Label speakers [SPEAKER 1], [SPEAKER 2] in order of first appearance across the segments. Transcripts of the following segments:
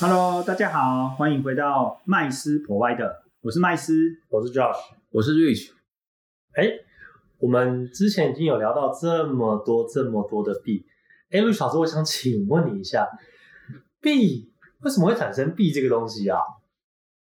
[SPEAKER 1] Hello，大家好，欢迎回到麦斯 Provide，我是麦斯。
[SPEAKER 2] 我是 Josh。
[SPEAKER 3] 我是 Rich，
[SPEAKER 2] 哎，我们之前已经有聊到这么多这么多的币。哎，陆老师，我想请问你一下，币为什么会产生币这个东西啊？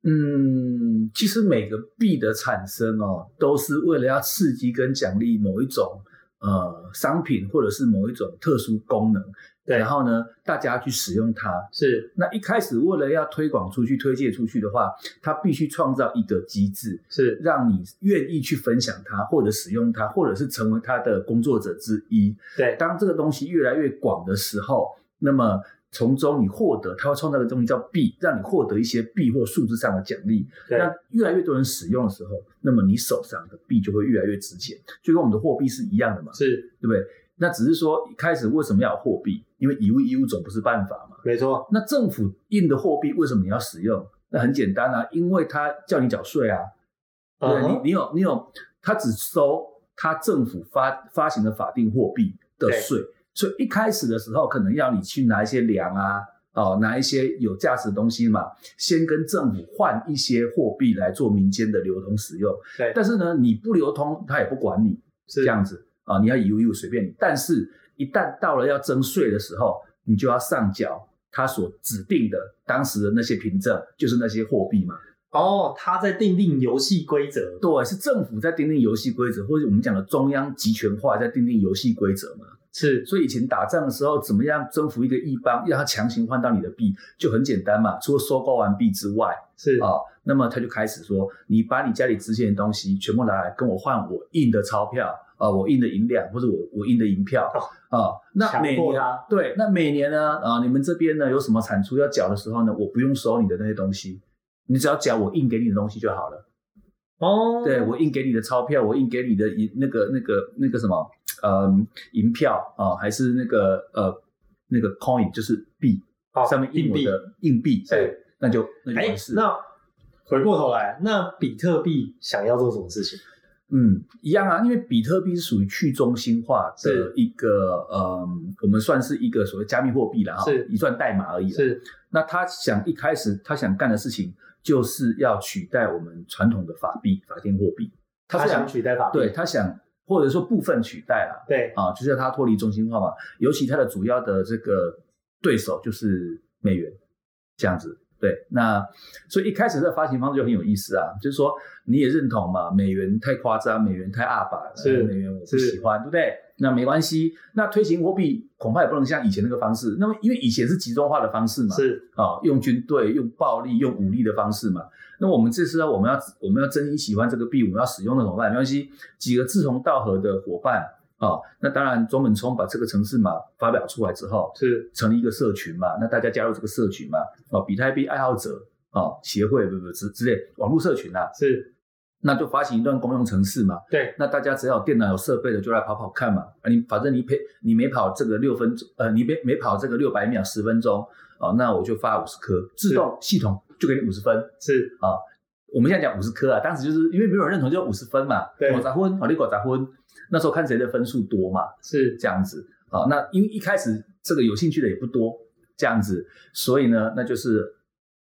[SPEAKER 3] 嗯，其实每个币的产生哦，都是为了要刺激跟奖励某一种呃商品或者是某一种特殊功能，
[SPEAKER 2] 对
[SPEAKER 3] 然，后呢，大家去使用它。
[SPEAKER 2] 是
[SPEAKER 3] 那一开始为了要推广出去、推介出去的话，它必须创造一个机制，
[SPEAKER 2] 是，
[SPEAKER 3] 让你愿意去分享它，或者使用它，或者是成为它的工作者之一。
[SPEAKER 2] 对，
[SPEAKER 3] 当这个东西越来越广的时候，那么从中你获得，它会创造一个东西叫币，让你获得一些币或数字上的奖励。
[SPEAKER 2] 对，
[SPEAKER 3] 那越来越多人使用的时候，那么你手上的币就会越来越值钱，就跟我们的货币是一样的嘛，
[SPEAKER 2] 是，
[SPEAKER 3] 对不对？那只是说一开始为什么要有货币？因为以物易物总不是办法嘛。
[SPEAKER 2] 没错，
[SPEAKER 3] 那政府印的货币为什么你要使用？那很简单啊，因为它叫你缴税啊。对，
[SPEAKER 2] 嗯
[SPEAKER 3] 你
[SPEAKER 2] 哼，
[SPEAKER 3] 你有你有，他只收他政府发发行的法定货币的
[SPEAKER 2] 对
[SPEAKER 3] 税，所以一开始的时候可能要你去拿一些粮啊，哦，拿一些有价值的东西嘛，先跟政府换一些货币来做民间的流通使用。
[SPEAKER 2] 对
[SPEAKER 3] 但是呢，你不流通，他也不管你
[SPEAKER 2] 是
[SPEAKER 3] 这样子啊、你要以物易物随便你。但是，一旦到了要征税的时候，你就要上缴他所指定的当时的那些凭证，就是那些货币嘛。
[SPEAKER 2] 哦，他在定定游戏规则，
[SPEAKER 3] 对，啊是政府在订定游戏规则，或者我们讲的中央集权化在订定游戏规则嘛。
[SPEAKER 2] 是
[SPEAKER 3] 所以以前打仗的时候，怎么样征服一个异邦，让他强行换到你的币，就很简单嘛。除了收购完币之外，
[SPEAKER 2] 是
[SPEAKER 3] 啊、那么他就开始说，你把你家里值钱的东西全部拿来跟我换我印的钞票啊、我印的银两或者我我印的银票
[SPEAKER 2] 哦
[SPEAKER 3] 啊、那
[SPEAKER 2] 强
[SPEAKER 3] 每
[SPEAKER 2] 迫
[SPEAKER 3] 年
[SPEAKER 2] 他，
[SPEAKER 3] 对，那每年呢，啊、你们这边呢有什么产出要缴的时候呢，我不用收你的那些东西，你只要缴我印给你的东西就好了。
[SPEAKER 2] 哦，
[SPEAKER 3] 对我印给你的钞票，我印给你的银那个那个那个什么，呃，银票啊、还是那个呃那个 coin，就是币，
[SPEAKER 2] 好，
[SPEAKER 3] 上面
[SPEAKER 2] 哦
[SPEAKER 3] 印
[SPEAKER 2] 硬
[SPEAKER 3] 我
[SPEAKER 2] 币，
[SPEAKER 3] 的硬币，
[SPEAKER 2] 对
[SPEAKER 3] 哎，那就那就
[SPEAKER 2] 哎
[SPEAKER 3] 完事。，
[SPEAKER 2] 那回过头来，那比特币想要做什么事情？
[SPEAKER 3] 嗯，一样啊，因为比特币是属于去中心化的
[SPEAKER 2] 是
[SPEAKER 3] 一个，呃，我们算是一个所谓加密货币了哈
[SPEAKER 2] 是，
[SPEAKER 3] 一串代码而已啦。
[SPEAKER 2] 是
[SPEAKER 3] 那他想一开始他想干的事情，就是要取代我们传统的法币、法定货币。
[SPEAKER 2] 他
[SPEAKER 3] 是
[SPEAKER 2] 想取代法币，
[SPEAKER 3] 对他想，或者说部分取代啦。
[SPEAKER 2] 对，
[SPEAKER 3] 啊，就是要它脱离中心化嘛。尤其它的主要的这个对手就是美元，这样子。对，那所以一开始的发行方式就很有意思啊，就是说你也认同嘛，美元太夸张，美元太阿巴了，
[SPEAKER 2] 是
[SPEAKER 3] 美元我不
[SPEAKER 2] 是
[SPEAKER 3] 喜欢，对不对？那没关系，那推行货币恐怕也不能像以前那个方式，那么因为以前是集中化的方式嘛，
[SPEAKER 2] 是
[SPEAKER 3] 啊、用军队、用暴力、用武力的方式嘛。那我们这次呢，我们要我们要真心喜欢这个币，我们要使用的怎么办？没关系，几个志同道合的伙伴啊、那当然，中本聪把这个城市码发表出来之后，
[SPEAKER 2] 是
[SPEAKER 3] 成立一个社群嘛，那大家加入这个社群嘛，哦，比特币爱好者哦协会不不之之类网络社群啊，
[SPEAKER 2] 是，
[SPEAKER 3] 那就发行一段公用程式嘛，
[SPEAKER 2] 对，
[SPEAKER 3] 那大家只要有电脑有设备的，就来跑跑看嘛。啊，你反正你陪你没跑这个六分钟，呃，你没没跑这个六百秒十分钟啊、那我就发五十颗，自动系统就给你五十分。
[SPEAKER 2] 是
[SPEAKER 3] 我们现在讲五十颗啊，当时就是因为没有人认同，就五十分嘛，
[SPEAKER 2] 对
[SPEAKER 3] 我砸昏，好，你搞砸昏。那时候看谁的分数多嘛，
[SPEAKER 2] 是
[SPEAKER 3] 这样子啊、那因为一开始这个有兴趣的也不多，这样子，所以呢，那就是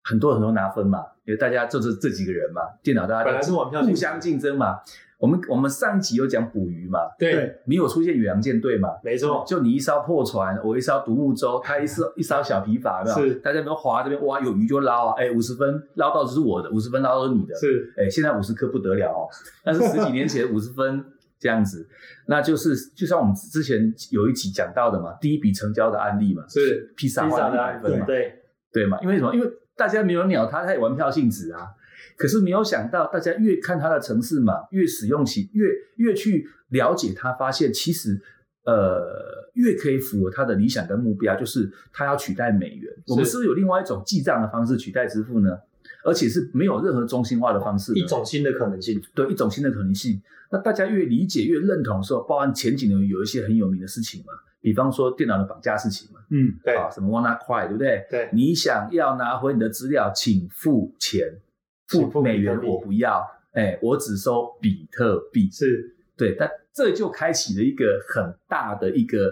[SPEAKER 3] 很多很多拿分嘛，因为大家就是这几个人嘛，电脑大家
[SPEAKER 2] 本
[SPEAKER 3] 都
[SPEAKER 2] 来是玩票
[SPEAKER 3] 互
[SPEAKER 2] 性
[SPEAKER 3] 相竞争嘛。我们我们上一集有讲捕鱼嘛，
[SPEAKER 2] 对，
[SPEAKER 3] 你有出现远洋舰队嘛？
[SPEAKER 2] 没错，
[SPEAKER 3] 就你一艘破船，我一艘独木舟，他 一艘一艘小皮筏，有没有
[SPEAKER 2] 是
[SPEAKER 3] 大家有没有划这边哇？有鱼就捞啊！哎，五十分捞到就是我的，五十分捞到是你的。
[SPEAKER 2] 是
[SPEAKER 3] 哎，现在五十颗不得了哦，但是十几年 前五十分这样子，那就是就像我们之前有一集讲到的嘛，第一笔成交的案例嘛，
[SPEAKER 2] 是
[SPEAKER 3] 披萨
[SPEAKER 2] 披
[SPEAKER 3] 花
[SPEAKER 2] 萨
[SPEAKER 3] 一
[SPEAKER 2] 的啊
[SPEAKER 3] 百
[SPEAKER 2] 案
[SPEAKER 3] 分
[SPEAKER 2] 例，
[SPEAKER 3] 嘛，
[SPEAKER 2] 对，
[SPEAKER 3] 对嘛？因为什么？因为大家没有鸟他，他也玩票性质啊。可是没有想到，大家越看他的城市嘛，越使用其越越去了解他，发现其实呃越可以符合他的理想跟目标，就是他要取代美元。我们是不是有另外一种记账的方式取代支付呢？而且是没有任何中心化的方式呢，
[SPEAKER 2] 一种新的可能性，
[SPEAKER 3] 对一种新的可能性。那大家越理解越认同的时候，包含前几年有一些很有名的事情嘛，比方说电脑的绑架事情嘛，
[SPEAKER 1] 嗯，
[SPEAKER 2] 对
[SPEAKER 3] 啊，什么 WannaCry，对不对？
[SPEAKER 2] 对，
[SPEAKER 3] 你想要拿回你的资料，请付钱，
[SPEAKER 2] 请付
[SPEAKER 3] 付美
[SPEAKER 2] 比特
[SPEAKER 3] 元
[SPEAKER 2] 币
[SPEAKER 3] 我不要，哎，我只收比特币。
[SPEAKER 2] 是
[SPEAKER 3] 对，但这就开启了一个很大的一个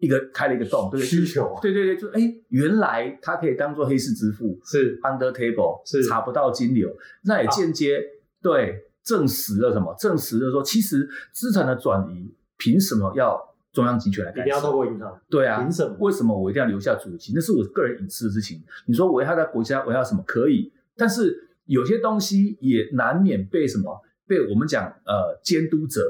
[SPEAKER 3] 一个开了一个洞，对不对
[SPEAKER 2] 需求啊
[SPEAKER 3] 对对对，就哎，原来它可以当做黑市支付
[SPEAKER 2] 是
[SPEAKER 3] ，under table
[SPEAKER 2] 是
[SPEAKER 3] 查不到金流，那也间接、对证实了什么？证实了说，其实资产的转移凭什么要中央集权来
[SPEAKER 2] 一
[SPEAKER 3] 干
[SPEAKER 2] 定要透
[SPEAKER 3] 涉？
[SPEAKER 2] 过银行，
[SPEAKER 3] 对啊，
[SPEAKER 2] 凭什么
[SPEAKER 3] 为什么我一定要留下足迹？那是我个人隐私的事情。你说我要在国家，我要什么可以？但是有些东西也难免被什么被我们讲呃监督者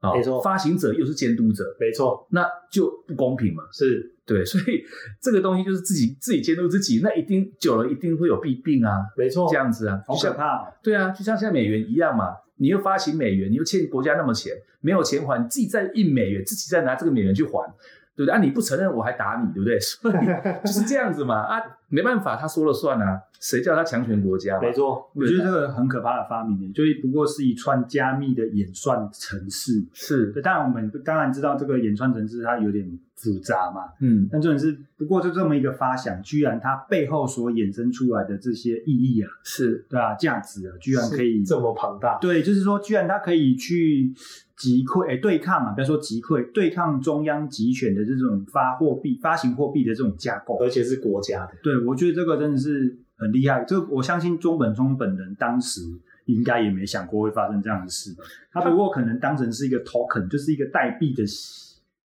[SPEAKER 3] 啊，
[SPEAKER 2] 没错
[SPEAKER 3] 发行者又是监督者，
[SPEAKER 2] 没错，
[SPEAKER 3] 那就不公平嘛。
[SPEAKER 2] 是
[SPEAKER 3] 对，所以这个东西就是自己自己监督自己，那一定久了一定会有弊病啊，
[SPEAKER 2] 没错，
[SPEAKER 3] 这样子啊，
[SPEAKER 1] 哦好
[SPEAKER 3] 就
[SPEAKER 1] 可
[SPEAKER 3] 像
[SPEAKER 1] 怕哦。
[SPEAKER 3] 对啊，就像现在美元一样嘛，你又发行美元，你又欠国家那么钱，没有钱还，你自己再印美元，自己再拿这个美元去还，对不对？啊，你不承认我还打你，对不对？所以 就是这样子嘛，啊，没办法，他说了算啊，谁叫他强权国家嘛
[SPEAKER 2] 没？错，
[SPEAKER 1] 我觉得这个很可怕的发明呢，就是不过是一串加密的演算程式。
[SPEAKER 3] 是，
[SPEAKER 1] 对，当然我们当然知道这个演算程式它有点复杂嘛，
[SPEAKER 3] 嗯，
[SPEAKER 1] 但重点是，不过就这么一个发想，居然它背后所衍生出来的这些意义啊，
[SPEAKER 3] 是
[SPEAKER 1] 对啊，价值啊，居然可以
[SPEAKER 2] 是这么庞大，
[SPEAKER 1] 对，就是说，居然它可以去击溃，哎、对抗啊，不要说击溃，对抗中央集权的这种发货币、发行货币的这种架构。
[SPEAKER 2] 而且是国家的，
[SPEAKER 1] 对，我觉得这个真的是很厉害。这个我相信中本聪本人当时应该也没想过会发生这样的事，他不过可能当成是一个 token，就是一个代币的，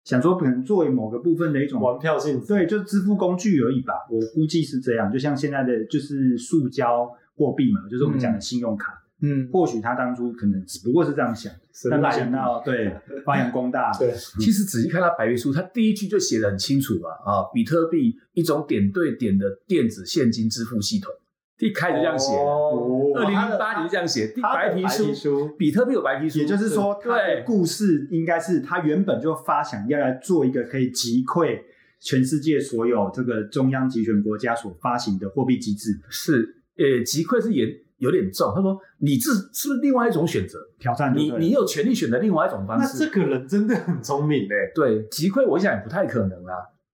[SPEAKER 1] 想说可能作为某个部分的一
[SPEAKER 3] 嗯
[SPEAKER 1] 种
[SPEAKER 2] 玩票性质，
[SPEAKER 1] 对，就是支付工具而已吧，我估计是这样。就像现在的就是塑胶货币嘛，就是我们讲的信用卡。
[SPEAKER 2] 嗯，
[SPEAKER 1] 或许他当初可能只不过是这样想，
[SPEAKER 2] 神
[SPEAKER 1] 但没
[SPEAKER 2] 来一
[SPEAKER 1] 想
[SPEAKER 2] 笔
[SPEAKER 1] 到 对发扬光大，
[SPEAKER 2] 对，
[SPEAKER 3] 其实仔细看他白皮书，他第一句就写得很清楚嘛，啊，比特币一种点对点的电子现金支付系统，一开始就这样写。
[SPEAKER 2] 哦
[SPEAKER 3] 二零零八年就这样写，第
[SPEAKER 2] 他的
[SPEAKER 3] 白皮
[SPEAKER 2] 白皮
[SPEAKER 3] 书
[SPEAKER 2] 书，
[SPEAKER 3] 比特币有白皮书，
[SPEAKER 1] 也就是说，他的
[SPEAKER 3] 对，
[SPEAKER 1] 故事应该是他原本就发想要来做一个可以击溃全世界所有这个中央集权国家所发行的货币机制，
[SPEAKER 3] 是，呃，极客是也有点重。他说，你这是不是另外一种选择？
[SPEAKER 1] 挑战
[SPEAKER 3] 你
[SPEAKER 1] 就对
[SPEAKER 3] 你
[SPEAKER 1] 了
[SPEAKER 3] 有权利选择另外一种方
[SPEAKER 2] 那这
[SPEAKER 3] 式。
[SPEAKER 2] 个人真的很聪明嘞，
[SPEAKER 3] 对，极客我想也不太可能啦。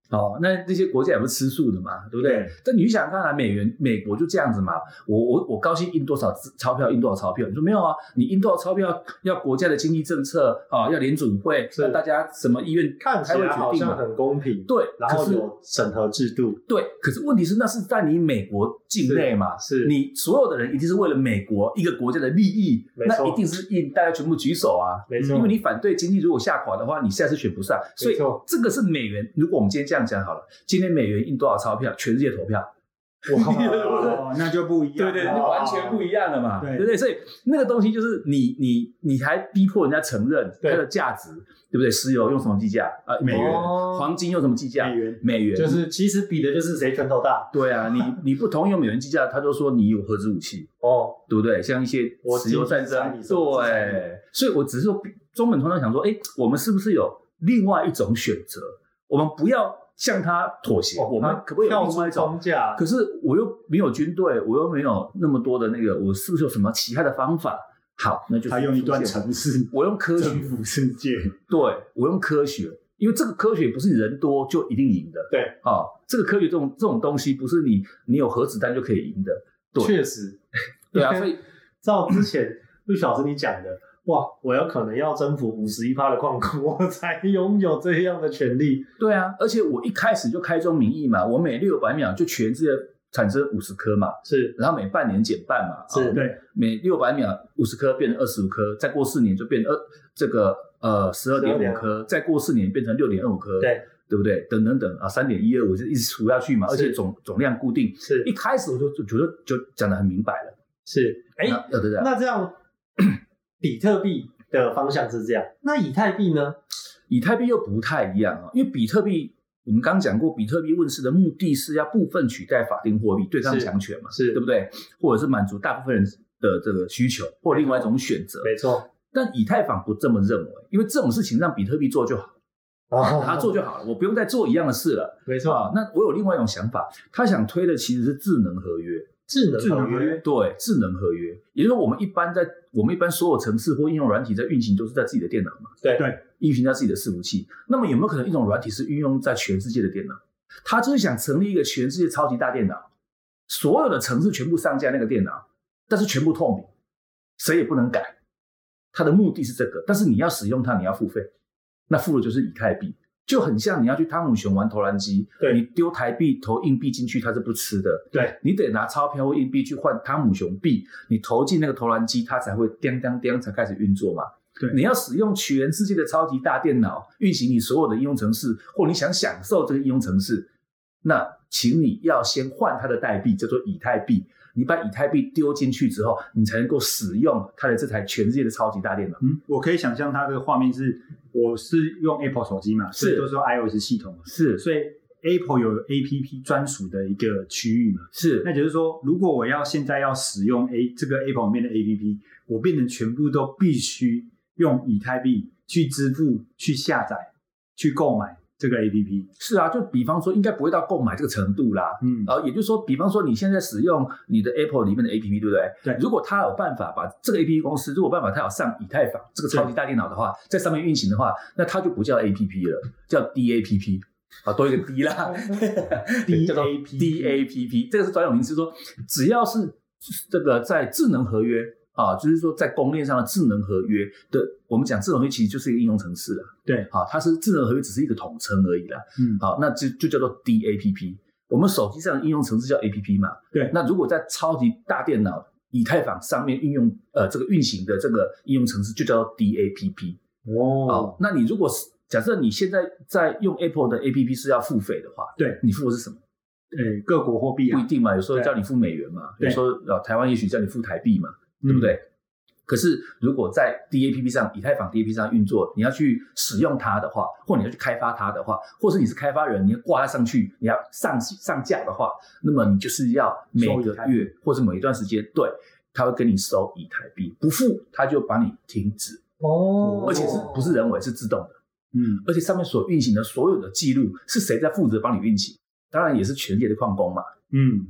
[SPEAKER 3] 哦，那这些国家也不是吃素的嘛，对不对？
[SPEAKER 1] 对
[SPEAKER 3] 但你想想看啊，美元美国就这样子嘛，我我我高兴印多少支钞票印多少钞票，你说没有啊？你印多少钞票要国家的经济政策啊，要联准会，
[SPEAKER 2] 是
[SPEAKER 3] 要大家什么医院
[SPEAKER 2] 看起
[SPEAKER 3] 开会
[SPEAKER 2] 来
[SPEAKER 3] 决
[SPEAKER 2] 好
[SPEAKER 3] 定
[SPEAKER 2] 像
[SPEAKER 3] 嘛。
[SPEAKER 2] 很公平，
[SPEAKER 3] 对，
[SPEAKER 2] 然
[SPEAKER 3] 可
[SPEAKER 2] 后
[SPEAKER 3] 是
[SPEAKER 2] 有审核制度，
[SPEAKER 3] 对，可是问题是那是在你美国境内嘛，
[SPEAKER 2] 是是
[SPEAKER 3] 你所有的人一定是为了美国一个国家的利益，
[SPEAKER 2] 没
[SPEAKER 3] 那
[SPEAKER 2] 错
[SPEAKER 3] 一定是一大家全部举手啊，
[SPEAKER 2] 没
[SPEAKER 1] 错
[SPEAKER 3] 因为你反对经济如果下垮的话，你下次选不上，所以
[SPEAKER 2] 没错
[SPEAKER 3] 这个是美元。如果我们今天这样讲好了，今天美元印多少钞票，全世界投票，
[SPEAKER 2] 哇，
[SPEAKER 1] 哦，那就不一样了，
[SPEAKER 3] 那
[SPEAKER 2] 哦
[SPEAKER 3] 完全不一样了嘛，
[SPEAKER 1] 对
[SPEAKER 3] 对不对？所以那个东西就是你你你还逼迫人家承认它
[SPEAKER 2] 对
[SPEAKER 3] 的价值，对不对？石油用什么计价？呃，美元，
[SPEAKER 2] 哦
[SPEAKER 3] 黄金用什么计价？
[SPEAKER 1] 美元
[SPEAKER 3] 美元
[SPEAKER 2] 就是其实比的就是谁拳头大
[SPEAKER 3] 对啊，你 你不同意用美元计价，他就说你有核子武器，
[SPEAKER 2] 哦，
[SPEAKER 3] 对不对？像一些
[SPEAKER 2] 我
[SPEAKER 3] 石油战
[SPEAKER 2] 经
[SPEAKER 3] 争，
[SPEAKER 2] 济制裁你什么制裁你
[SPEAKER 3] 对，所以我只是说，中本通常想说，哎，我们是不是有另外一种选择？我们不要向他妥协，我们
[SPEAKER 2] 哦他
[SPEAKER 3] 可不可以有
[SPEAKER 2] 跳
[SPEAKER 3] 另外
[SPEAKER 2] 出
[SPEAKER 3] 一种
[SPEAKER 2] 框？架？
[SPEAKER 3] 可是我又没有军队，我又没有那么多的那个，我是不是有什么其他的方法？好，那就是
[SPEAKER 1] 他用一段
[SPEAKER 3] 出现
[SPEAKER 1] 程式
[SPEAKER 3] 我用科学，
[SPEAKER 1] 征服世界，
[SPEAKER 3] 对我用科学，因为这个科学不是人多就一定赢的，
[SPEAKER 2] 对，
[SPEAKER 3] 啊、这个科学这种这种东西不是你你有核子弹就可以赢的，对
[SPEAKER 2] 确 实，
[SPEAKER 3] 对啊，所以
[SPEAKER 2] 照之前陆小师你讲的，哇，我有可能要征服五十一趴的矿工，我才拥有这样的权利。
[SPEAKER 3] 对啊，而且我一开始就开宗明义嘛，我每六百秒就全世界产生五十颗嘛，
[SPEAKER 2] 是
[SPEAKER 3] 然后每半年减半嘛，
[SPEAKER 2] 是
[SPEAKER 3] 啊
[SPEAKER 1] 对，
[SPEAKER 3] 每六百秒五十颗变成二十五颗，再过四年就变成二这个呃十二点五颗，再过四年变成六点二五颗，
[SPEAKER 2] 对，
[SPEAKER 3] 对不对？等等等啊，三点一二五就一直除下去嘛，
[SPEAKER 2] 是
[SPEAKER 3] 而且总总量固定。
[SPEAKER 2] 是
[SPEAKER 3] 一开始我就就觉得就讲的很明白了，
[SPEAKER 2] 是，哎、
[SPEAKER 3] 那对对对，
[SPEAKER 2] 那这样， 比特币的方向是这样，那以太币呢？
[SPEAKER 3] 以太币又不太一样啊，因为比特币我们刚讲过，比特币问世的目的是要部分取代法定货币，对抗
[SPEAKER 2] 是
[SPEAKER 3] 强权嘛，
[SPEAKER 2] 是
[SPEAKER 3] 对不对？或者是满足大部分人的这个需求，或另外一种选择。
[SPEAKER 2] 没错，
[SPEAKER 3] 但以太坊不这么认为，因为这种事情让比特币做就好，
[SPEAKER 2] 啊
[SPEAKER 3] 他做就好了，我不用再做一样的事了。
[SPEAKER 2] 没错，
[SPEAKER 3] 啊，那我有另外一种想法，他想推的其实是智能合约。
[SPEAKER 2] 智能
[SPEAKER 1] 智能合
[SPEAKER 2] 合
[SPEAKER 1] 约
[SPEAKER 2] 约，
[SPEAKER 3] 对，智能合约，也就是说，我们一般在我们一般所有城市或应用软体在运行都是在自己的电脑嘛，
[SPEAKER 2] 对
[SPEAKER 1] 对，
[SPEAKER 3] 运行在自己的伺服器。那么有没有可能一种软体是运用在全世界的电脑？它就是想成立一个全世界超级大电脑，所有的城市全部上架那个电脑，但是全部透明，谁也不能改。它的目的是这个，但是你要使用它，你要付费，那付的就是以太币。就很像你要去汤姆熊玩投篮机，
[SPEAKER 2] 对
[SPEAKER 3] 你丢台币投硬币进去，它是不吃的，
[SPEAKER 2] 对，
[SPEAKER 3] 你得拿钞票或硬币去换汤姆熊币，你投进那个投篮机，它才会叮叮叮才开始运作嘛。
[SPEAKER 1] 对
[SPEAKER 3] 你要使用全世界的超级大电脑运行你所有的应用程式，或你想享受这个应用程式，那请你要先换它的代币，叫做以太币。你把以太币丢进去之后，你才能够使用它的这台全世界的超级大电脑。
[SPEAKER 1] 嗯，我可以想象它的画面是，我是用 Apple 手机嘛，所以
[SPEAKER 3] 是
[SPEAKER 1] 都是用 iOS 系统嘛，
[SPEAKER 3] 是
[SPEAKER 1] 所以 Apple 有 APP 专属的一个区域嘛。
[SPEAKER 3] 是
[SPEAKER 1] 那就是说，如果我要现在要使用 A 这个 Apple 里面的 APP，我变成全部都必须用以太币去支付、去下载、去购买这个 APP。
[SPEAKER 3] 是啊，就比方说，应该不会到购买这个程度啦。
[SPEAKER 1] 嗯，
[SPEAKER 3] 呃，也就是说，比方说你现在使用你的 Apple 里面的 APP，对不对？
[SPEAKER 1] 对
[SPEAKER 3] 如果它有办法把这个 APP 公司，如果办法它有上以太坊这个超级大电脑的话，在上面运行的话，那它就不叫 APP 了，叫 DAPP。啊，多一个 D 啦
[SPEAKER 1] DAPP
[SPEAKER 3] 叫做 DAPP，这个是专有名词，说只要是这个在智能合约啊，就是说在供链上的智能合约的，我们讲智能合约其实就是一个应用程式了，
[SPEAKER 1] 对，
[SPEAKER 3] 啊，它是智能合约只是一个统称而已啦，
[SPEAKER 1] 嗯，
[SPEAKER 3] 好，那就就叫做 DAPP。我们手机上的应用程式叫 APP 嘛？
[SPEAKER 1] 对
[SPEAKER 3] 那如果在超级大电脑以太坊上面运用呃这个运行的这个应用程式就叫做 DAPP。
[SPEAKER 1] 哦
[SPEAKER 3] 好，，那你如果是假设你现在在用 Apple 的 APP 是要付费的话，
[SPEAKER 1] 对，
[SPEAKER 3] 你付的是什么？
[SPEAKER 1] 诶，各国货币
[SPEAKER 3] 不一
[SPEAKER 1] 啊，
[SPEAKER 3] 定嘛，有时候
[SPEAKER 1] 对
[SPEAKER 3] 叫你付美元嘛，
[SPEAKER 1] 对
[SPEAKER 3] 有时候呃台湾也许叫你付台币嘛，
[SPEAKER 1] 对
[SPEAKER 3] 对不？对？可是如果在 DAPP 上，以太坊 DAPP 上运作，你要去使用它的话，或你要去开发它的话，或是你是开发人，你要挂它上去，你要上上架的话，那么你就是要每
[SPEAKER 1] 收
[SPEAKER 3] 个
[SPEAKER 1] 以太
[SPEAKER 3] 月或是某一段时间，对，他会跟你收以太币，不付他就把你停止，
[SPEAKER 2] 哦
[SPEAKER 3] 而且是不是人为是自动的，
[SPEAKER 1] 嗯，
[SPEAKER 3] 而且上面所运行的所有的记录是谁在负责帮你运行？当然也是全世界的矿工嘛，
[SPEAKER 1] 嗯，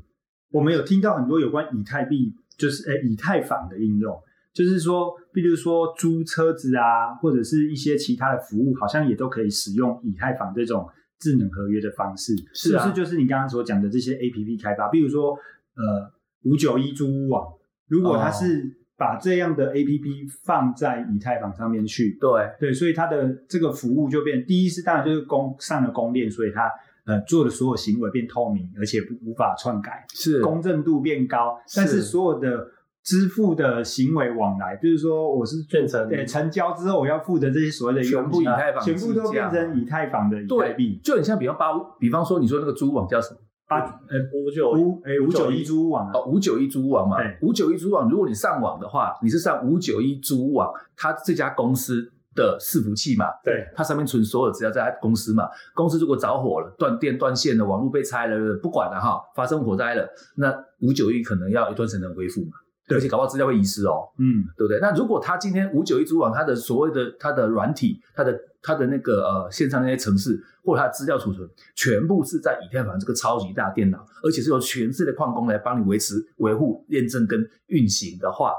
[SPEAKER 1] 我们有听到很多有关以太币，就是诶以太坊的应用，就是说，比如说租车子啊，或者是一些其他的服务，好像也都可以使用以太坊这种智能合约的方式，
[SPEAKER 3] 是啊
[SPEAKER 1] 不是？就是你刚刚所讲的这些 A P P 开发，比如说呃五九一租屋网，如果
[SPEAKER 3] 哦
[SPEAKER 1] 它是把这样的 A P P 放在以太坊上面去，
[SPEAKER 3] 对，
[SPEAKER 1] 对，所以它的这个服务就变，第一是当然就是供上了供链，所以它呃做的所有行为变透明，而且不无法篡改，
[SPEAKER 3] 是
[SPEAKER 1] 公正度变高，但是
[SPEAKER 3] 是
[SPEAKER 1] 所有的支付的行为往来，比如说我是
[SPEAKER 2] 变成
[SPEAKER 1] 对成交之后我要付的这些所谓的
[SPEAKER 3] 全部
[SPEAKER 1] 佣金啊
[SPEAKER 3] 以太坊
[SPEAKER 1] 全部
[SPEAKER 3] 计
[SPEAKER 1] 都变
[SPEAKER 3] 价
[SPEAKER 1] 成以太坊的以太
[SPEAKER 3] 对
[SPEAKER 1] 币，
[SPEAKER 3] 就很像比方八五，比方说你说那个租网叫什么？
[SPEAKER 1] 八呃
[SPEAKER 2] 五九
[SPEAKER 1] 五哎五九一租网啊
[SPEAKER 3] 哦，，五九一租网嘛
[SPEAKER 1] 对，
[SPEAKER 3] 五九一租网，如果你上网的话，你是上五九一租网，它这家公司的伺服器嘛，
[SPEAKER 2] 对，
[SPEAKER 3] 它上面存所有资料在它公司嘛，公司如果着火了，断电断线了，网络被拆了，不管了哈，发生火灾了，那五九一可能要一段时间恢复嘛，
[SPEAKER 1] 对
[SPEAKER 3] 而且搞不好资料会遗失哦，
[SPEAKER 1] 嗯
[SPEAKER 3] 对不对？那如果他今天五九一主网，他的所谓的他的软体，他的他的那个呃线上那些程式或者他的资料储存，全部是在以太坊这个超级大电脑，而且是由全世界的矿工来帮你维持、维护、验证跟运行的话，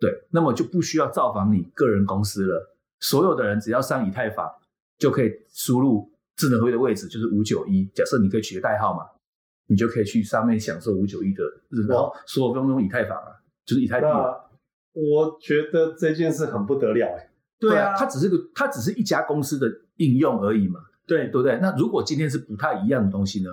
[SPEAKER 3] 对，那么就不需要造访你个人公司了。所有的人只要上以太坊，就可以输入智能合约的位置，就是五九一。假设你可以取个代号嘛，你就可以去上面享受五九一的日子，然后所有不用用以太坊啊，就是以太币啊。
[SPEAKER 2] 那我觉得这件事很不得了哎，
[SPEAKER 1] 对啊，
[SPEAKER 3] 它只是个，它只是一家公司的应用而已嘛，
[SPEAKER 1] 对
[SPEAKER 3] 对不对？那如果今天是不太一样的东西呢？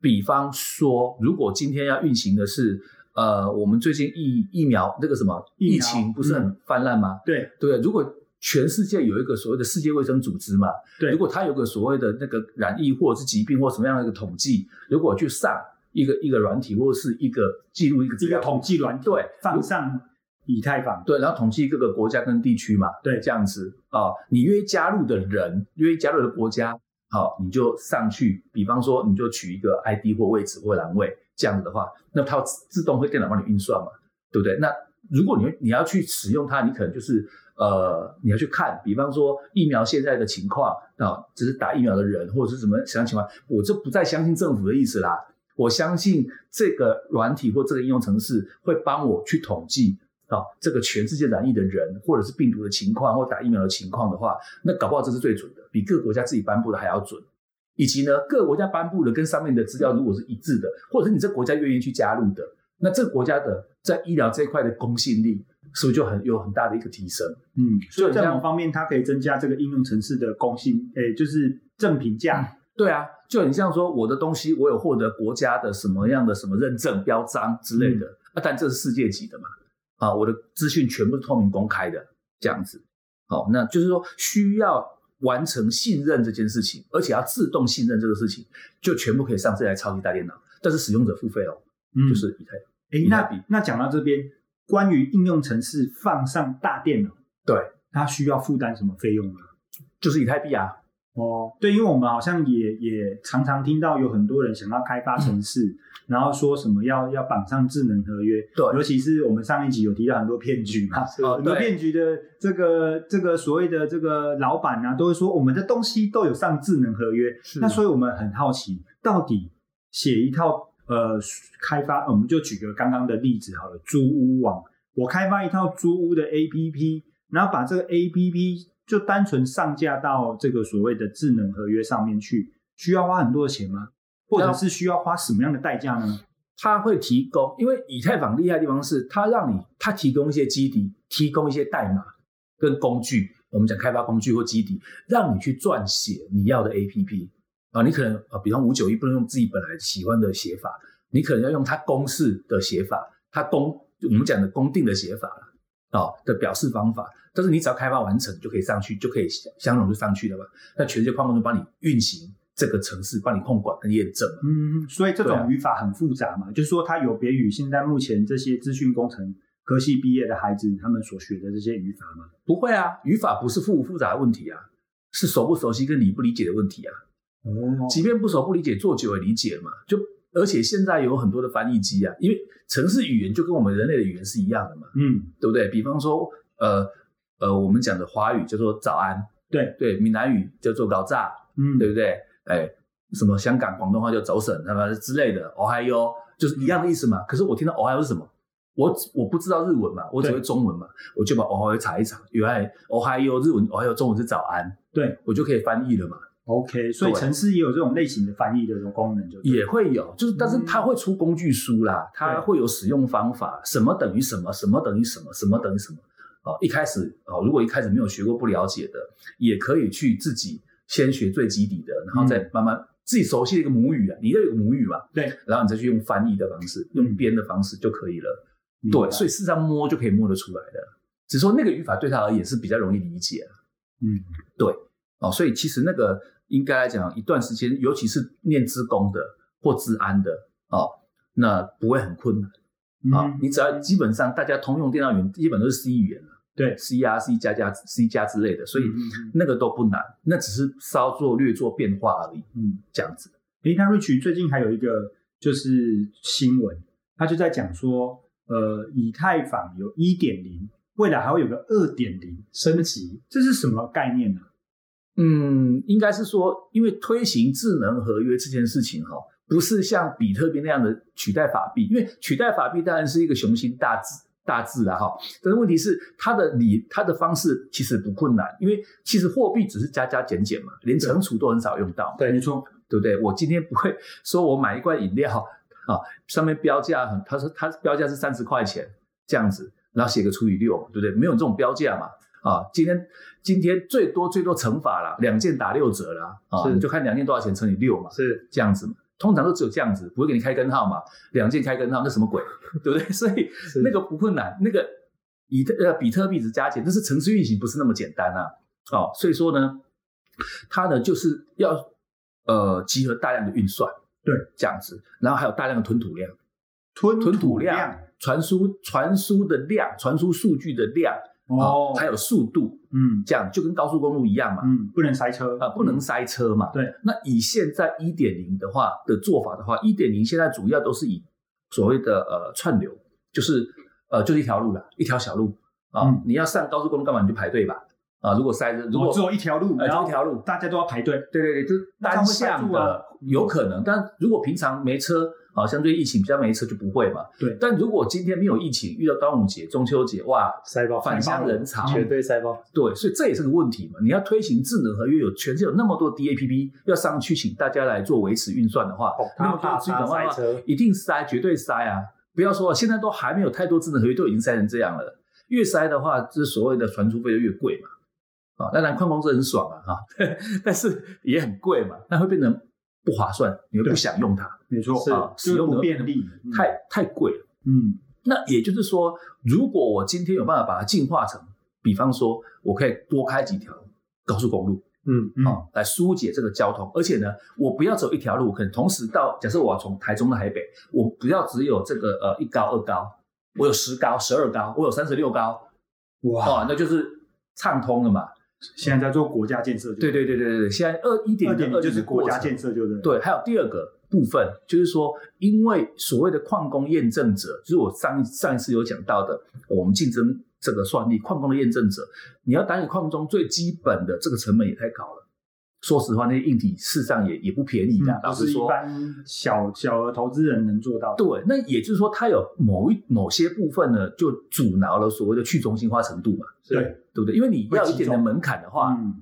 [SPEAKER 3] 比方说，如果今天要运行的是，呃，我们最近疫疫苗那个什么
[SPEAKER 1] 疫苗嗯
[SPEAKER 3] 疫情不是很泛滥吗？
[SPEAKER 1] 对
[SPEAKER 3] 对不对？如果全世界有一个所谓的世界卫生组织嘛，
[SPEAKER 1] 对
[SPEAKER 3] 如果它有个所谓的那个染疫或者是疾病或什么样的一个统计，如果去上一个一个软体或者是一个记录一个资
[SPEAKER 1] 一
[SPEAKER 3] 料
[SPEAKER 1] 个统计软体
[SPEAKER 3] 对
[SPEAKER 1] 放上以太坊，
[SPEAKER 3] 对，然后统计各个国家跟地区嘛，
[SPEAKER 1] 对
[SPEAKER 3] 这样子啊、你约加入的人，约加入的国家，好、你就上去，比方说你就取一个 ID 或位置或栏位，这样子的话，那它自自动会电脑帮你运算嘛，对不对？那如果你你要去使用它，你可能就是呃，你要去看，比方说疫苗现在的情况啊，只是打疫苗的人或者是什么什么样情况，我就不再相信政府的意思啦。我相信这个软体或这个应用程式会帮我去统计啊，这个全世界染疫的人或者是病毒的情况或打疫苗的情况的话，那搞不好这是最准的，比各国家自己颁布的还要准。以及呢，各个国家颁布的跟上面的资料如果是一致的，或者是你这国家愿意去加入的，那这个国家的在医疗这一块的公信力是不是就很有很大的一个提升？
[SPEAKER 1] 嗯，所以
[SPEAKER 3] 就
[SPEAKER 1] 在
[SPEAKER 3] 很哦像
[SPEAKER 1] 某方面，它可以增加这个应用城市的公信，诶、就是正评价。
[SPEAKER 3] 对啊，就很像说我的东西我有获得国家的什么样的什么认证、标章之类的，啊，但这是世界级的嘛，啊，我的资讯全部是透明公开的这样子，好、那就是说需要完成信任这件事情，而且要自动信任这个事情，就全部可以上这台超级大电脑，但是使用者付费哦，
[SPEAKER 1] 嗯，
[SPEAKER 3] 就是以太，
[SPEAKER 1] 诶、
[SPEAKER 3] 比特币
[SPEAKER 1] 那那讲到这边，关于应用城市放上大电脑，
[SPEAKER 3] 对，
[SPEAKER 1] 它需要负担什么费用呢？
[SPEAKER 3] 就是以太币啊，
[SPEAKER 1] 哦，对，因为我们好像也也常常听到有很多人想要开发城市，然后说什么要要绑上智能合约，
[SPEAKER 3] 嗯对
[SPEAKER 1] 尤其是我们上一集有提到很多骗局嘛，
[SPEAKER 3] 哦
[SPEAKER 1] 很多
[SPEAKER 3] 对
[SPEAKER 1] 骗局的这个这个所谓的这个老板啊，都会说我们的东西都有上智能合约，那所以我们很好奇，到底写一套呃开发，我们就举个刚刚的例子好了，租屋网，我开发一套租屋的 APP，然后把这个 APP 就单纯上架到这个所谓的智能合约上面去，需要花很多的钱吗？或者是需要花什么样的代价呢？
[SPEAKER 3] 它会提供，因为以太坊厉害的地方是，它让你它提供一些基底，提供一些代码跟工具，我们讲开发工具或基底，让你去撰写你要的 APP 啊，你可能啊，比方五九一不能用自己本来喜欢的写法，你可能要用它公式的写法，它公我们讲的公定的写法啊、的表示方法，但是你只要开发完成就可以上去，就可以相容就上去了嘛。那全世界矿工都帮你运行这个程式，帮你控管跟验证嘛。
[SPEAKER 1] 嗯，所以这
[SPEAKER 3] 对啊
[SPEAKER 1] 种语法很复杂嘛，就是说它有别于现在目前这些资讯工程科系毕业的孩子他们所学的这些语法嘛。
[SPEAKER 3] 不会啊，语法不是复不复杂的问题啊，是熟不熟悉跟理不理解的问题啊。
[SPEAKER 1] 哦
[SPEAKER 3] 即便不熟不理解，做久也理解嘛。就而且现在有很多的翻译机啊，因为程式语言就跟我们人类的语言是一样的嘛，
[SPEAKER 1] 嗯，
[SPEAKER 3] 对不对？比方说，呃呃，我们讲的华语叫做早安，
[SPEAKER 1] 对
[SPEAKER 3] 对，闽南语叫做搞炸，
[SPEAKER 1] 嗯，
[SPEAKER 3] 对不对？哎，什么香港广东话叫走省，那么之类的哦嗨哟，就是一样的意思嘛。可是我听到哦嗨哟是什么？我我不知道日文嘛，我只
[SPEAKER 1] 对
[SPEAKER 3] 会中文嘛，我就把哦嗨哟查一查，原来哦嗨哟日文哦嗨哟中文是早安，
[SPEAKER 1] 对
[SPEAKER 3] 我就可以翻译了嘛。
[SPEAKER 1] OK，所以
[SPEAKER 3] 对
[SPEAKER 1] 城市也有这种类型的翻译的这种功能就对，嗯
[SPEAKER 3] 也会有，就是但是它会出工具书啦，它会有使用方法，什么等于什么，什么等于什么，什么等于什么。哦，一开始哦，如果一开始没有学过不了解的，也可以去自己先学最基底的，然后再慢慢、自己熟悉的一个母语啊，你要有个母语嘛，
[SPEAKER 1] 嗯对，嗯
[SPEAKER 3] 然后你再去用翻译的方式，用编的方式就可以了。
[SPEAKER 1] 明白
[SPEAKER 3] 对，所以事实上摸就可以摸得出来的，只是说那个语法对他而言是比较容易理解啊
[SPEAKER 1] 嗯，
[SPEAKER 3] 哦，所以其实那个应该来讲，一段时间，尤其是念资工的或资安的哦，那不会很困难啊、
[SPEAKER 1] 嗯
[SPEAKER 3] 你只要基本上大家通用电脑语言基本都是 C 语言了，
[SPEAKER 1] 对
[SPEAKER 3] ，C 啊、C 加加、C 加之类的，所以
[SPEAKER 1] 嗯嗯
[SPEAKER 3] 那个都不难，那只是稍作略做变化而已，
[SPEAKER 1] 嗯，
[SPEAKER 3] 这样子。
[SPEAKER 1] 诶，那 Rich 最近还有一个就是新闻，他就在讲说，呃，以太坊有一点零，未来还会有个二点零升级，这是什么概念呢、啊
[SPEAKER 3] 嗯，应该是说，因为推行智能合约这件事情哈、不是像比特币那样的取代法币，因为取代法币当然是一个雄心大志大志啊哈、但是问题是它的理它的方式其实不困难，因为其实货币只是加加减减嘛，连乘除都很少用到，
[SPEAKER 1] 对，没错，
[SPEAKER 3] 对不对？我今天不会 说我买一罐饮料啊，上面标价很，他说他标价是三十块钱这样子，然后写个除以六，对不对？没有这种标价嘛。啊，今天今天最多最多乘法啦，两件打六折啦，啊，
[SPEAKER 2] 是
[SPEAKER 3] 你就看两件多少钱乘以六嘛，
[SPEAKER 2] 是
[SPEAKER 3] 这样子嘛，通常都只有这样子，不会给你开根号嘛，两件开根号那什么鬼， 对不对？所以
[SPEAKER 2] 是
[SPEAKER 3] 那个不困难，那个以特呃比特币只加减，但是城市运行不是那么简单啊。哦，所以说呢，它呢就是要呃集合大量的运算，
[SPEAKER 1] 对，
[SPEAKER 3] 这样子，然后还有大量的吞吐量，
[SPEAKER 1] 吞
[SPEAKER 3] 吞
[SPEAKER 1] 吐
[SPEAKER 3] 吐量、传输传输的量、传输数据的量，啊
[SPEAKER 1] 哦，
[SPEAKER 3] 还有速度，
[SPEAKER 1] 嗯
[SPEAKER 3] 这样就跟高速公路一样嘛，
[SPEAKER 1] 嗯，不能塞车
[SPEAKER 3] 啊，不能塞车嘛。
[SPEAKER 1] 对，
[SPEAKER 3] 那以现在一点零的话的做法的话，一点零现在主要都是以所谓的呃串流，就是呃就是一条路啦，一条小路啊、
[SPEAKER 1] 嗯
[SPEAKER 3] 你要上高速公路干嘛？你就排队吧。啊，如果塞车，如果、
[SPEAKER 1] 哦只有一条路，
[SPEAKER 3] 呃
[SPEAKER 1] 然
[SPEAKER 3] 就
[SPEAKER 1] 后
[SPEAKER 3] 一条路，
[SPEAKER 1] 大家都要排队，
[SPEAKER 3] 对对对，就是
[SPEAKER 1] 那这
[SPEAKER 3] 单
[SPEAKER 1] 样会塞
[SPEAKER 3] 向
[SPEAKER 1] 住
[SPEAKER 3] 的、
[SPEAKER 1] 啊
[SPEAKER 3] 有可能，但如果平常没车，啊，相对疫情比较没车就不会嘛。
[SPEAKER 1] 对
[SPEAKER 3] 但如果今天没有疫情，遇到端午节、中秋节，哇，
[SPEAKER 2] 塞爆，
[SPEAKER 3] 返乡人哦潮，
[SPEAKER 2] 绝对塞爆，
[SPEAKER 3] 对，所以这也是个问题嘛。你要推行智能合约，有全世界有那么多 DAPP 要上去，请大家来做维持运算的话，
[SPEAKER 2] 哦
[SPEAKER 3] 那
[SPEAKER 2] 他
[SPEAKER 3] 么多
[SPEAKER 2] 怕
[SPEAKER 3] 资源
[SPEAKER 2] 他
[SPEAKER 3] 的话
[SPEAKER 2] 塞，车，
[SPEAKER 3] 一定塞，绝对塞啊！不要说现在都还没有太多智能合约，都已经塞成这样了。越塞的话，就是所谓的传输费就越贵嘛。啊，当然矿工是很爽啊，哈、 但是也很贵嘛，那会变成不划算，你会不
[SPEAKER 1] 对
[SPEAKER 3] 想用它，
[SPEAKER 1] 没错，
[SPEAKER 3] 是
[SPEAKER 1] 啊
[SPEAKER 3] 使
[SPEAKER 1] 就是
[SPEAKER 3] 用
[SPEAKER 1] 不
[SPEAKER 3] 的
[SPEAKER 1] 便利，
[SPEAKER 3] 太太贵了。
[SPEAKER 1] 嗯
[SPEAKER 3] 那也就是说，如果我今天有办法把它进化成，比方说，我可以多开几条高速公路
[SPEAKER 2] 嗯
[SPEAKER 1] 嗯
[SPEAKER 3] 啊、来疏解这个交通，而且呢，我不要走一条路，我可能同时到，假设我要从台中到台北，我不要只有这个呃一高二高，我有十高、十二高，我有三十六高，
[SPEAKER 1] 哇，
[SPEAKER 3] 哦，那就是畅通了嘛。
[SPEAKER 1] 现在在做国家建设就，
[SPEAKER 3] 对对对对对，现在二一点
[SPEAKER 1] 二
[SPEAKER 3] 零
[SPEAKER 1] 点
[SPEAKER 3] 二
[SPEAKER 1] 零就是国家建
[SPEAKER 3] 设。
[SPEAKER 1] 设，就是
[SPEAKER 3] 对，还有第二个部分就是说，因为所谓的矿工验证者，就是我上一上一次有讲到的，我们竞争这个算力矿工的验证者，你要打理矿中最基本的这个成本也太高了。说实话，那些硬体事实上也也不便宜的。
[SPEAKER 1] 嗯
[SPEAKER 3] 老
[SPEAKER 1] 不
[SPEAKER 3] 实
[SPEAKER 1] 是一
[SPEAKER 3] 说，
[SPEAKER 1] 般小小额投资人能做到的。
[SPEAKER 3] 对，那也就是说，它有某一某些部分呢，就阻挠了所谓的去中心化程度嘛，
[SPEAKER 1] 对，
[SPEAKER 3] 对不对？因为你要有一
[SPEAKER 1] 会集
[SPEAKER 3] 点
[SPEAKER 1] 中
[SPEAKER 3] 的门槛的话，
[SPEAKER 1] 嗯，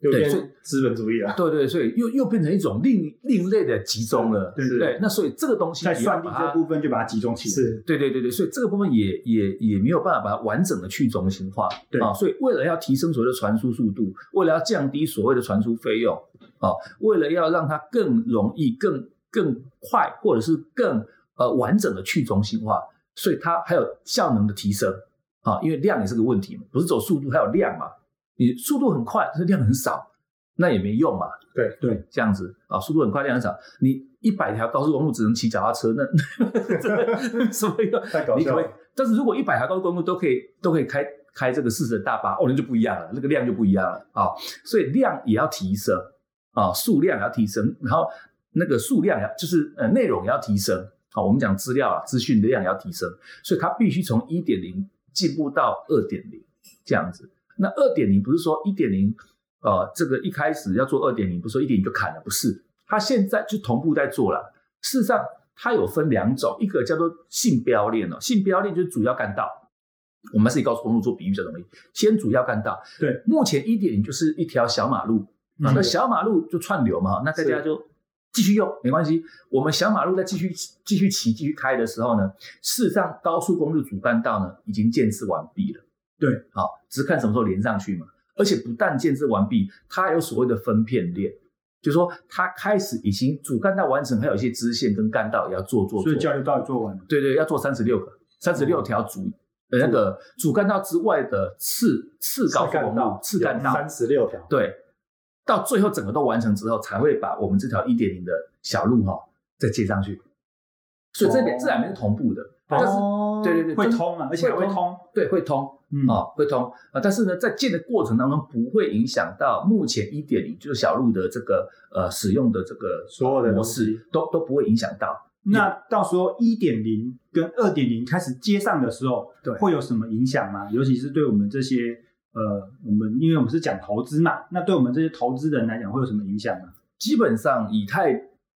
[SPEAKER 2] 又
[SPEAKER 3] 对
[SPEAKER 2] 变
[SPEAKER 3] 所以
[SPEAKER 2] 资本主义了。
[SPEAKER 3] 对对，所以又又变成一种另另类的集中了。
[SPEAKER 1] 对对
[SPEAKER 3] 对，那所以这个东西
[SPEAKER 1] 在
[SPEAKER 3] 你要
[SPEAKER 1] 算力
[SPEAKER 3] 把它
[SPEAKER 1] 这部分就把它集中起来。
[SPEAKER 2] 是，
[SPEAKER 3] 对对对对，所以这个部分也也也没有办法把它完整的去中心化，
[SPEAKER 1] 对
[SPEAKER 3] 啊，所以为了要提升所谓的传输速度，为了要降低所谓的传输费用啊，为了要让它更容易、更更快，或者是更呃完整的去中心化，所以它还有效能的提升啊，因为量也是个问题嘛，不是走速度，还有量嘛，你速度很快，但是量很少，那也没用嘛，
[SPEAKER 2] 对
[SPEAKER 1] 对，
[SPEAKER 3] 这样子啊，速度很快，量很少，你一百条高速公路只能骑脚踏车，那这什么用？
[SPEAKER 2] 太搞
[SPEAKER 3] 你可
[SPEAKER 2] 笑
[SPEAKER 3] 不可以
[SPEAKER 2] 了。？
[SPEAKER 3] 但是如果一百条高速公路都可以都可以开开这个四十的大巴，哦，那就不一样了，那个量就不一样了啊、所以量也要提升啊、数量也要提升，然后那个数量也要就是呃内容也要提升啊、我们讲资料啊，资讯的量也要提升，所以它必须从一点零进步到二点零这样子。那二点零不是说一点零，呃，这个一开始要做二点零，不是说一点零就砍了，不是，它现在就同步在做了。事实上，它有分两种，一个叫做性标链哦，性标链就是主要干道。我们是以高速公路做比喻比较容易，先主要干道。
[SPEAKER 1] 对，
[SPEAKER 3] 目前一点零就是一条小马路，啊，
[SPEAKER 1] 嗯
[SPEAKER 3] 那小马路就串流嘛，那大家
[SPEAKER 2] 是
[SPEAKER 3] 就继续用没关系。我们小马路在继续继续骑、继续开的时候呢，事实上高速公路主干道呢已经建设完毕了。
[SPEAKER 1] 对，
[SPEAKER 3] 好，只是看什么时候连上去嘛。而且不但建设完毕，它还有所谓的分片链，就是说它开始已经主干道完成，还有一些支线跟干道也要做做
[SPEAKER 1] 所
[SPEAKER 3] 做
[SPEAKER 1] 以。交流道也做完了。
[SPEAKER 3] 对对，要做三十六个，三十六条主、呃那个主干道之外的次次高速公路、次干道，
[SPEAKER 2] 三十六条，
[SPEAKER 3] 对，到最后整个都完成之后，才会把我们这条一点零的小路哈、再接上去。所以这两、
[SPEAKER 1] 哦
[SPEAKER 3] 这两边是同步的，但是、
[SPEAKER 1] 哦
[SPEAKER 3] 对对对
[SPEAKER 1] 会
[SPEAKER 3] 但是
[SPEAKER 1] 通啊，而且还会
[SPEAKER 3] 会
[SPEAKER 1] 通。
[SPEAKER 3] 对会通
[SPEAKER 1] 嗯
[SPEAKER 3] 啊、哦会通啊、呃但是呢，在建的过程当中不会影响到目前一点零就是小路的这个呃使用的这个
[SPEAKER 2] 所有的
[SPEAKER 3] 模
[SPEAKER 2] 东西
[SPEAKER 3] 式都都不会影响到。
[SPEAKER 1] 那到时候一点零跟二点零开始接上的时候，
[SPEAKER 3] 对
[SPEAKER 1] 会有什么影响吗？尤其是对我们这些呃，我们因为我们是讲投资嘛，那对我们这些投资人来讲会有什么影响呢？
[SPEAKER 3] 基本上以太，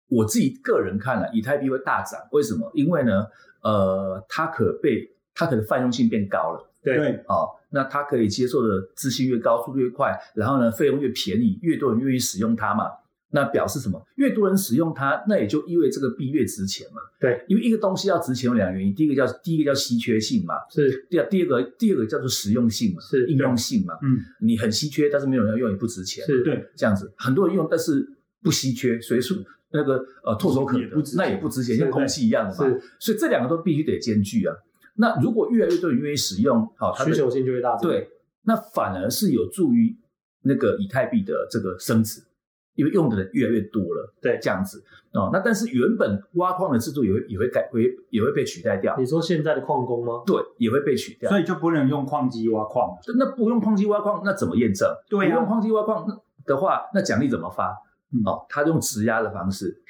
[SPEAKER 3] 我自己个人看了，以太币会大涨，为什么？因为呢，呃，它可被它可能泛用性变高了
[SPEAKER 2] 对，
[SPEAKER 3] 啊、哦那它可以接受的资讯越高，速度越快，然后呢，费用越便宜，越多人愿意使用它嘛。那表示什么？越多人使用它，那也就意味这个币越值钱嘛。
[SPEAKER 2] 对，
[SPEAKER 3] 因为一个东西要值钱有两个原因，第一个叫第一个叫稀缺性嘛，
[SPEAKER 2] 是
[SPEAKER 3] 第二第二个第二个叫做实用性嘛，
[SPEAKER 2] 是
[SPEAKER 3] 应用性嘛。
[SPEAKER 1] 嗯，
[SPEAKER 3] 你很稀缺，但是没有人要用，也不值钱。
[SPEAKER 2] 是，
[SPEAKER 1] 对，
[SPEAKER 3] 这样子，很多人用，但是不稀缺，所以说那个呃唾手可
[SPEAKER 1] 也不值
[SPEAKER 3] 得，那也不值钱，
[SPEAKER 1] 是
[SPEAKER 3] 像空气一样的嘛
[SPEAKER 2] 是。
[SPEAKER 3] 所以这两个都必须得兼具啊。那如果越来越多人愿意使用，好、它的
[SPEAKER 2] 需求性就会大增。
[SPEAKER 3] 对，那反而是有助于那个以太币的这个升值，因为用的人越来越多了。
[SPEAKER 2] 对
[SPEAKER 3] 这样子哦。那但是原本挖矿的制度也会也会改，会也会被取代掉
[SPEAKER 2] 你。说现在的矿工吗？
[SPEAKER 3] 对，啊也会被取掉。
[SPEAKER 1] 所以就不能用矿机挖矿了。
[SPEAKER 3] 那不用矿机挖矿，那怎么验证？
[SPEAKER 1] 对啊
[SPEAKER 3] 不用矿机挖矿的话，那奖励怎么发
[SPEAKER 1] 嗯？
[SPEAKER 3] 哦，他用质押的方式，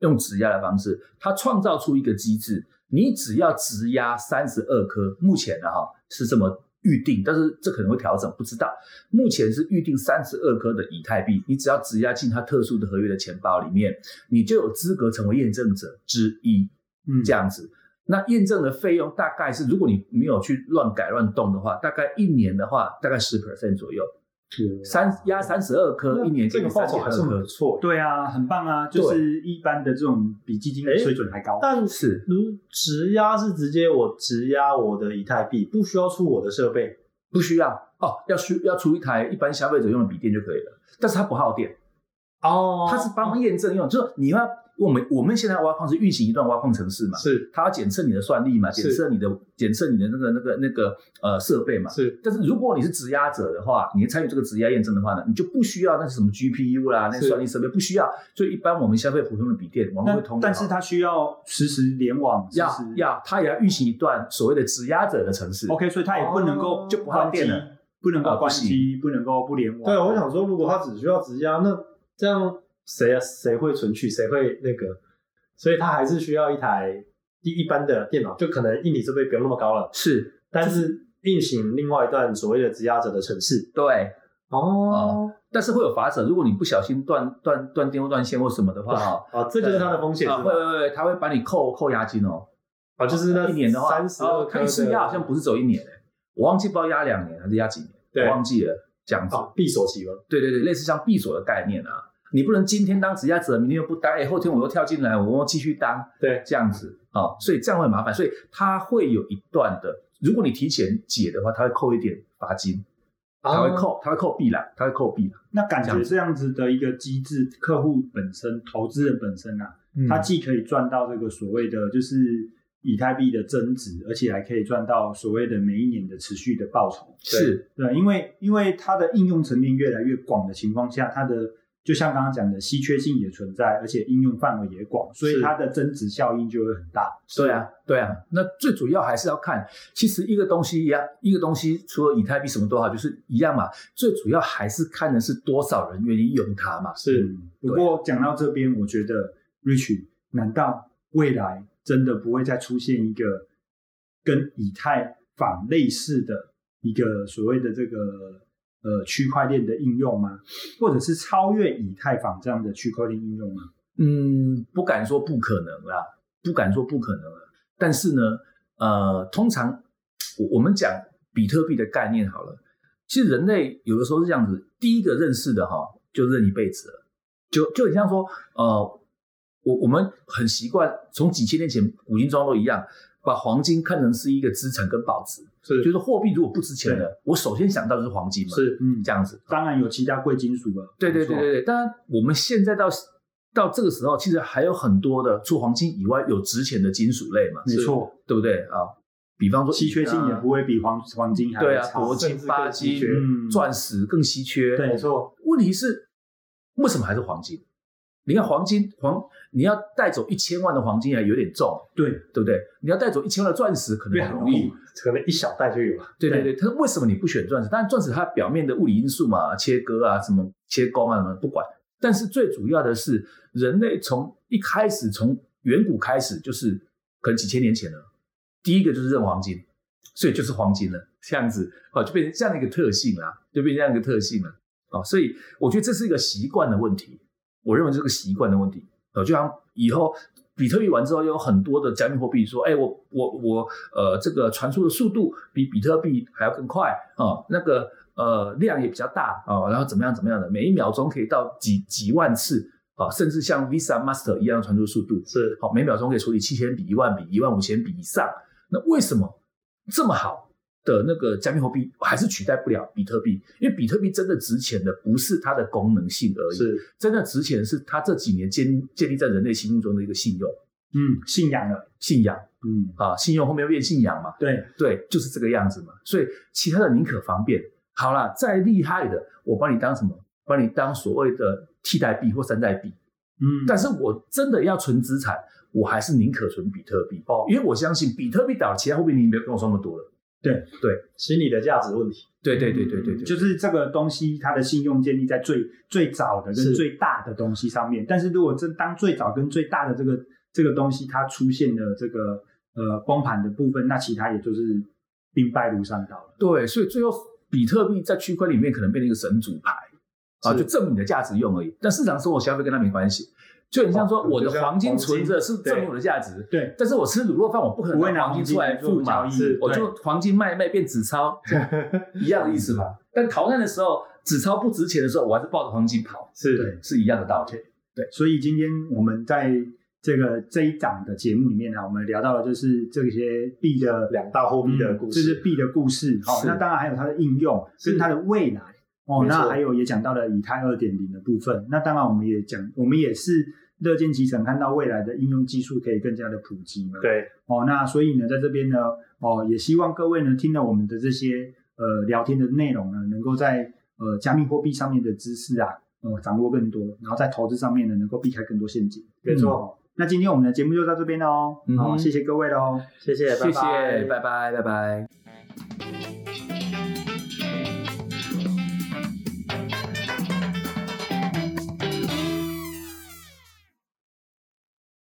[SPEAKER 3] 用质押的方式，他创造出一个机制，你只要质押三十二颗，目前的哈、是这么预定，但是这可能会调整，不知道。目前是预定三十二颗的以太币，你只要质押进他特殊的合约的钱包里面，你就有资格成为验证者之一。
[SPEAKER 1] 嗯，
[SPEAKER 3] 这样子。那验证的费用大概是，如果你没有去乱改乱动的话，大概一年的话，大概十 percent 左右。三压三十二颗，一年
[SPEAKER 2] 这
[SPEAKER 3] 给
[SPEAKER 2] 个
[SPEAKER 3] 你
[SPEAKER 2] 报
[SPEAKER 3] 三
[SPEAKER 2] 酬
[SPEAKER 3] 点
[SPEAKER 2] 还
[SPEAKER 3] 二
[SPEAKER 2] 是很
[SPEAKER 3] 颗
[SPEAKER 2] 不，错。
[SPEAKER 1] 对啊，很棒啊，就是一般的这种比基金的水准还
[SPEAKER 3] 哎
[SPEAKER 1] 高。
[SPEAKER 2] 但
[SPEAKER 3] 是
[SPEAKER 2] 如质押是直接我质押我的以太币，不需要出我的设备，
[SPEAKER 3] 不需要哦，要需要出一台一般消费者用的笔电就可以了，但是它不耗电，
[SPEAKER 2] 哦
[SPEAKER 3] 它是帮忙验证用，就是你要我们我们现在挖矿是运行一段挖矿程式嘛，
[SPEAKER 2] 是
[SPEAKER 3] 它要检测你的算力嘛，
[SPEAKER 2] 是
[SPEAKER 3] 检测你的检测你的那个那个那个呃设备嘛。
[SPEAKER 2] 是
[SPEAKER 3] 但是如果你是质押者的话，你参与这个质押验证的话呢，你就不需要那是什么 GPU 啦，那
[SPEAKER 2] 是
[SPEAKER 3] 算力设备不需要，所以一般我们消费普通的笔电网络会
[SPEAKER 1] 但
[SPEAKER 3] 通的
[SPEAKER 1] 但
[SPEAKER 3] 啊，
[SPEAKER 1] 是它需要实时联网，实
[SPEAKER 3] 要
[SPEAKER 1] 时
[SPEAKER 3] 要它也要运行一段所谓的质押者的程式。
[SPEAKER 1] OK，所以它也不能够
[SPEAKER 2] 哦
[SPEAKER 3] 就不耗电了啊
[SPEAKER 1] 关机，不能够关机，不能够不联网。
[SPEAKER 2] 对，啊我想说，如果他只需要质押，那这样谁啊？谁会存取？谁会那个？所以他还是需要一台一一般的电脑，就可能硬体设备不用那么高了，
[SPEAKER 3] 是
[SPEAKER 2] 但是运行另外一段所谓的质押者的程式。
[SPEAKER 3] 对，
[SPEAKER 2] 哦，
[SPEAKER 3] 但是会有法则，如果你不小心断断断电或断线或什么的话哈，
[SPEAKER 2] 啊，这就是它的风险，
[SPEAKER 3] 啊
[SPEAKER 2] 是
[SPEAKER 3] 会
[SPEAKER 2] 吧？
[SPEAKER 3] 会会，他会把你扣扣押金哦。
[SPEAKER 2] 啊，就是那
[SPEAKER 3] 一年的话，
[SPEAKER 2] 三十
[SPEAKER 3] 哦
[SPEAKER 2] 二
[SPEAKER 3] 看是压好像不是走一年、欸，我忘记不知道压两年还是压几年，
[SPEAKER 2] 对
[SPEAKER 3] 我忘记了这样子。
[SPEAKER 2] 哦，闭锁期吗？
[SPEAKER 3] 对对对，类似像闭锁的概念啊，你不能今天当质押者，明天又不当，哎、后天我又跳进来，我又继续当，
[SPEAKER 2] 对，
[SPEAKER 3] 这样子哦，所以这样会很麻烦，所以它会有一段的，如果你提前解的话，它会扣一点罚金，它会
[SPEAKER 2] 啊
[SPEAKER 3] 扣，它会扣币啦，它会扣币啦，
[SPEAKER 1] 那感
[SPEAKER 3] 这样
[SPEAKER 1] 觉这样子的一个机制，客户本身、投资人本身啊，
[SPEAKER 2] 嗯
[SPEAKER 1] 他既可以赚到这个所谓的就是以太币的增值，而且还可以赚到所谓的每一年的持续的报酬。
[SPEAKER 3] 是
[SPEAKER 1] 对，因为因为它的应用层面越来越广的情况下，它的就像刚刚讲的稀缺性也存在，而且应用范围也广，所以
[SPEAKER 2] 是
[SPEAKER 1] 它的增值效应就会很大。
[SPEAKER 3] 对啊，对啊，那最主要还是要看，其实一个东西一样，一个东西除了以太币什么都好，就是一样嘛，最主要还是看的是多少人愿意用它嘛，
[SPEAKER 2] 是
[SPEAKER 1] 嗯不过讲到这边，我觉得 Rich，难道未来真的不会再出现一个跟以太坊类似的一个所谓的这个呃区块链的应用吗？或者是超越以太坊这样的区块链应用吗？
[SPEAKER 3] 嗯，不敢说不可能啦，不敢说不可能啦。但是呢，呃，通常我我们讲比特币的概念好了，其实人类有的时候是这样子，第一个认识的哈、就认一辈子了，就就很像说，呃，我我们很习惯从几千年前古今中都一样，把黄金看成是一个资产跟保值，
[SPEAKER 2] 是
[SPEAKER 3] 就是货币如果不值钱了，我首先想到就是黄金嘛，
[SPEAKER 2] 是
[SPEAKER 1] 嗯，
[SPEAKER 3] 这样子。
[SPEAKER 1] 当然有其他贵金属了。
[SPEAKER 3] 对对对
[SPEAKER 1] 没错，
[SPEAKER 3] 对对，当然我们现在到到这个时候，其实还有很多的，除黄金以外有值钱的金属类嘛，
[SPEAKER 1] 没错，
[SPEAKER 3] 对不对啊？比方说
[SPEAKER 1] 稀缺性也
[SPEAKER 3] 银啊
[SPEAKER 1] 不会比黄黄金还
[SPEAKER 3] 对
[SPEAKER 1] 要
[SPEAKER 3] 啊，
[SPEAKER 1] 差。
[SPEAKER 3] 铂
[SPEAKER 2] 甚至
[SPEAKER 3] 金、钯
[SPEAKER 2] 更稀
[SPEAKER 3] 金
[SPEAKER 2] 缺、
[SPEAKER 1] 嗯
[SPEAKER 3] 钻石更稀缺。
[SPEAKER 1] 对
[SPEAKER 2] 没错，
[SPEAKER 3] 问题是为什么还是黄金？你看黄金黄，你要带走一千万的黄金还有点重，
[SPEAKER 1] 对，
[SPEAKER 3] 对不对？你要带走一千万的钻石可
[SPEAKER 1] 对
[SPEAKER 3] 能很
[SPEAKER 1] 很
[SPEAKER 3] 容
[SPEAKER 1] 容
[SPEAKER 3] 易
[SPEAKER 1] 易，
[SPEAKER 2] 可能一小袋就有了。
[SPEAKER 3] 对对对，它为什么你不选钻石？当然，钻石它表面的物理因素嘛，切割啊，什么切工啊，什么不管。但是最主要的是，人类从一开始，从远古开始，就是可能几千年前了，第一个就是认黄金，所以就是黄金了，这样子哦，就变成这样的一个特性啦，就变成这样一个特性了哦。所以我觉得这是一个习惯的问题，我认为这是个习惯的问题。呃，就像以后比特币完之后，有很多的加密货币说，哎，我我我，呃，这个传输的速度比比特币还要更快啊、哦那个呃量也比较大啊、哦然后怎么样怎么样的，每一秒钟可以到几几万次啊、甚至像 Visa、Master 一样的传输速度，
[SPEAKER 2] 是
[SPEAKER 3] 好、每秒钟可以处理七千笔、一万笔、一万五千笔以上。那为什么这么好的那个加密货币还是取代不了比特币？因为比特币真的值钱的不是它的功能性而已，
[SPEAKER 2] 是，
[SPEAKER 3] 真的值钱是它这几年建建立在人类心目中的一个信用、
[SPEAKER 1] 嗯，信仰了，
[SPEAKER 3] 信仰
[SPEAKER 1] 嗯，
[SPEAKER 3] 啊，信用后面又变信仰嘛，
[SPEAKER 1] 对，
[SPEAKER 3] 对，就是这个样子嘛。所以其他的宁可方便，好啦，再厉害的，我把你当什么？把你当所谓的替代币或山寨币。
[SPEAKER 1] 嗯，
[SPEAKER 3] 但是我真的要存资产，我还是宁可存比特币
[SPEAKER 2] 哦
[SPEAKER 3] 因为我相信比特币倒了，其他货币你不要跟我说那么多了。
[SPEAKER 2] 心理的价值问题。
[SPEAKER 3] 对对对对对对，
[SPEAKER 1] 就是这个东西，它的信用建立在最最早的
[SPEAKER 2] 是
[SPEAKER 1] 跟最大的东西上面。但是如果真当最早跟最大的这个这个东西它出现了这个呃崩盘的部分，那其他也就是兵败如山倒了。
[SPEAKER 3] 对，所以最后比特币在区块里面可能变成一个神主牌啊，
[SPEAKER 2] 是
[SPEAKER 3] 就证明你的价值用而已。但市场生活消费跟它没关系，就很像说
[SPEAKER 2] 哦
[SPEAKER 3] 我的
[SPEAKER 2] 就像
[SPEAKER 3] 黄金
[SPEAKER 2] 黄金
[SPEAKER 3] 存着是证明
[SPEAKER 2] 对
[SPEAKER 3] 我的价值，
[SPEAKER 1] 对，
[SPEAKER 3] 但是我吃卤肉饭我不可
[SPEAKER 1] 不会
[SPEAKER 3] 能
[SPEAKER 1] 拿
[SPEAKER 3] 拿
[SPEAKER 1] 黄
[SPEAKER 3] 黄
[SPEAKER 1] 金
[SPEAKER 3] 金出来付
[SPEAKER 1] 做
[SPEAKER 3] 嘛
[SPEAKER 1] 交易，
[SPEAKER 2] 是
[SPEAKER 3] 我
[SPEAKER 1] 对
[SPEAKER 3] 就黄金卖一卖变纸钞，一样的意思嘛。但逃难的时候，纸钞不值钱的时候，我还是抱着黄金跑，
[SPEAKER 2] 是
[SPEAKER 1] 对
[SPEAKER 3] 是一样的道理。
[SPEAKER 1] 所以今天我们在这个这一档的节目里面呢、我们聊到了就是这些币的
[SPEAKER 2] 两大货币的故
[SPEAKER 1] 嗯这是
[SPEAKER 2] 事，
[SPEAKER 1] 币的故事。好、
[SPEAKER 3] 是
[SPEAKER 1] 那当然还有它的应用
[SPEAKER 2] 是
[SPEAKER 1] 跟它的未来。哦，
[SPEAKER 2] 没错
[SPEAKER 1] 那还有也讲到了以太二点零的部分。那当然我们也讲，我们也是乐见其成，看到未来的应用技术可以更加的普及嘛。。
[SPEAKER 2] 对，
[SPEAKER 1] 哦，那所以呢，在这边呢，哦，也希望各位呢，听了我们的这些呃聊天的内容呢，能够在呃加密货币上面的知识啊，呃掌握更多，然后在投资上面呢，能够避开更多陷阱。
[SPEAKER 2] 没错，
[SPEAKER 1] 哦，那今天我们的节目就到这边喽，好、
[SPEAKER 3] 嗯哼
[SPEAKER 1] 谢谢各位喽。
[SPEAKER 2] 谢谢，
[SPEAKER 3] 谢
[SPEAKER 2] 拜拜
[SPEAKER 3] 谢，拜拜，拜拜。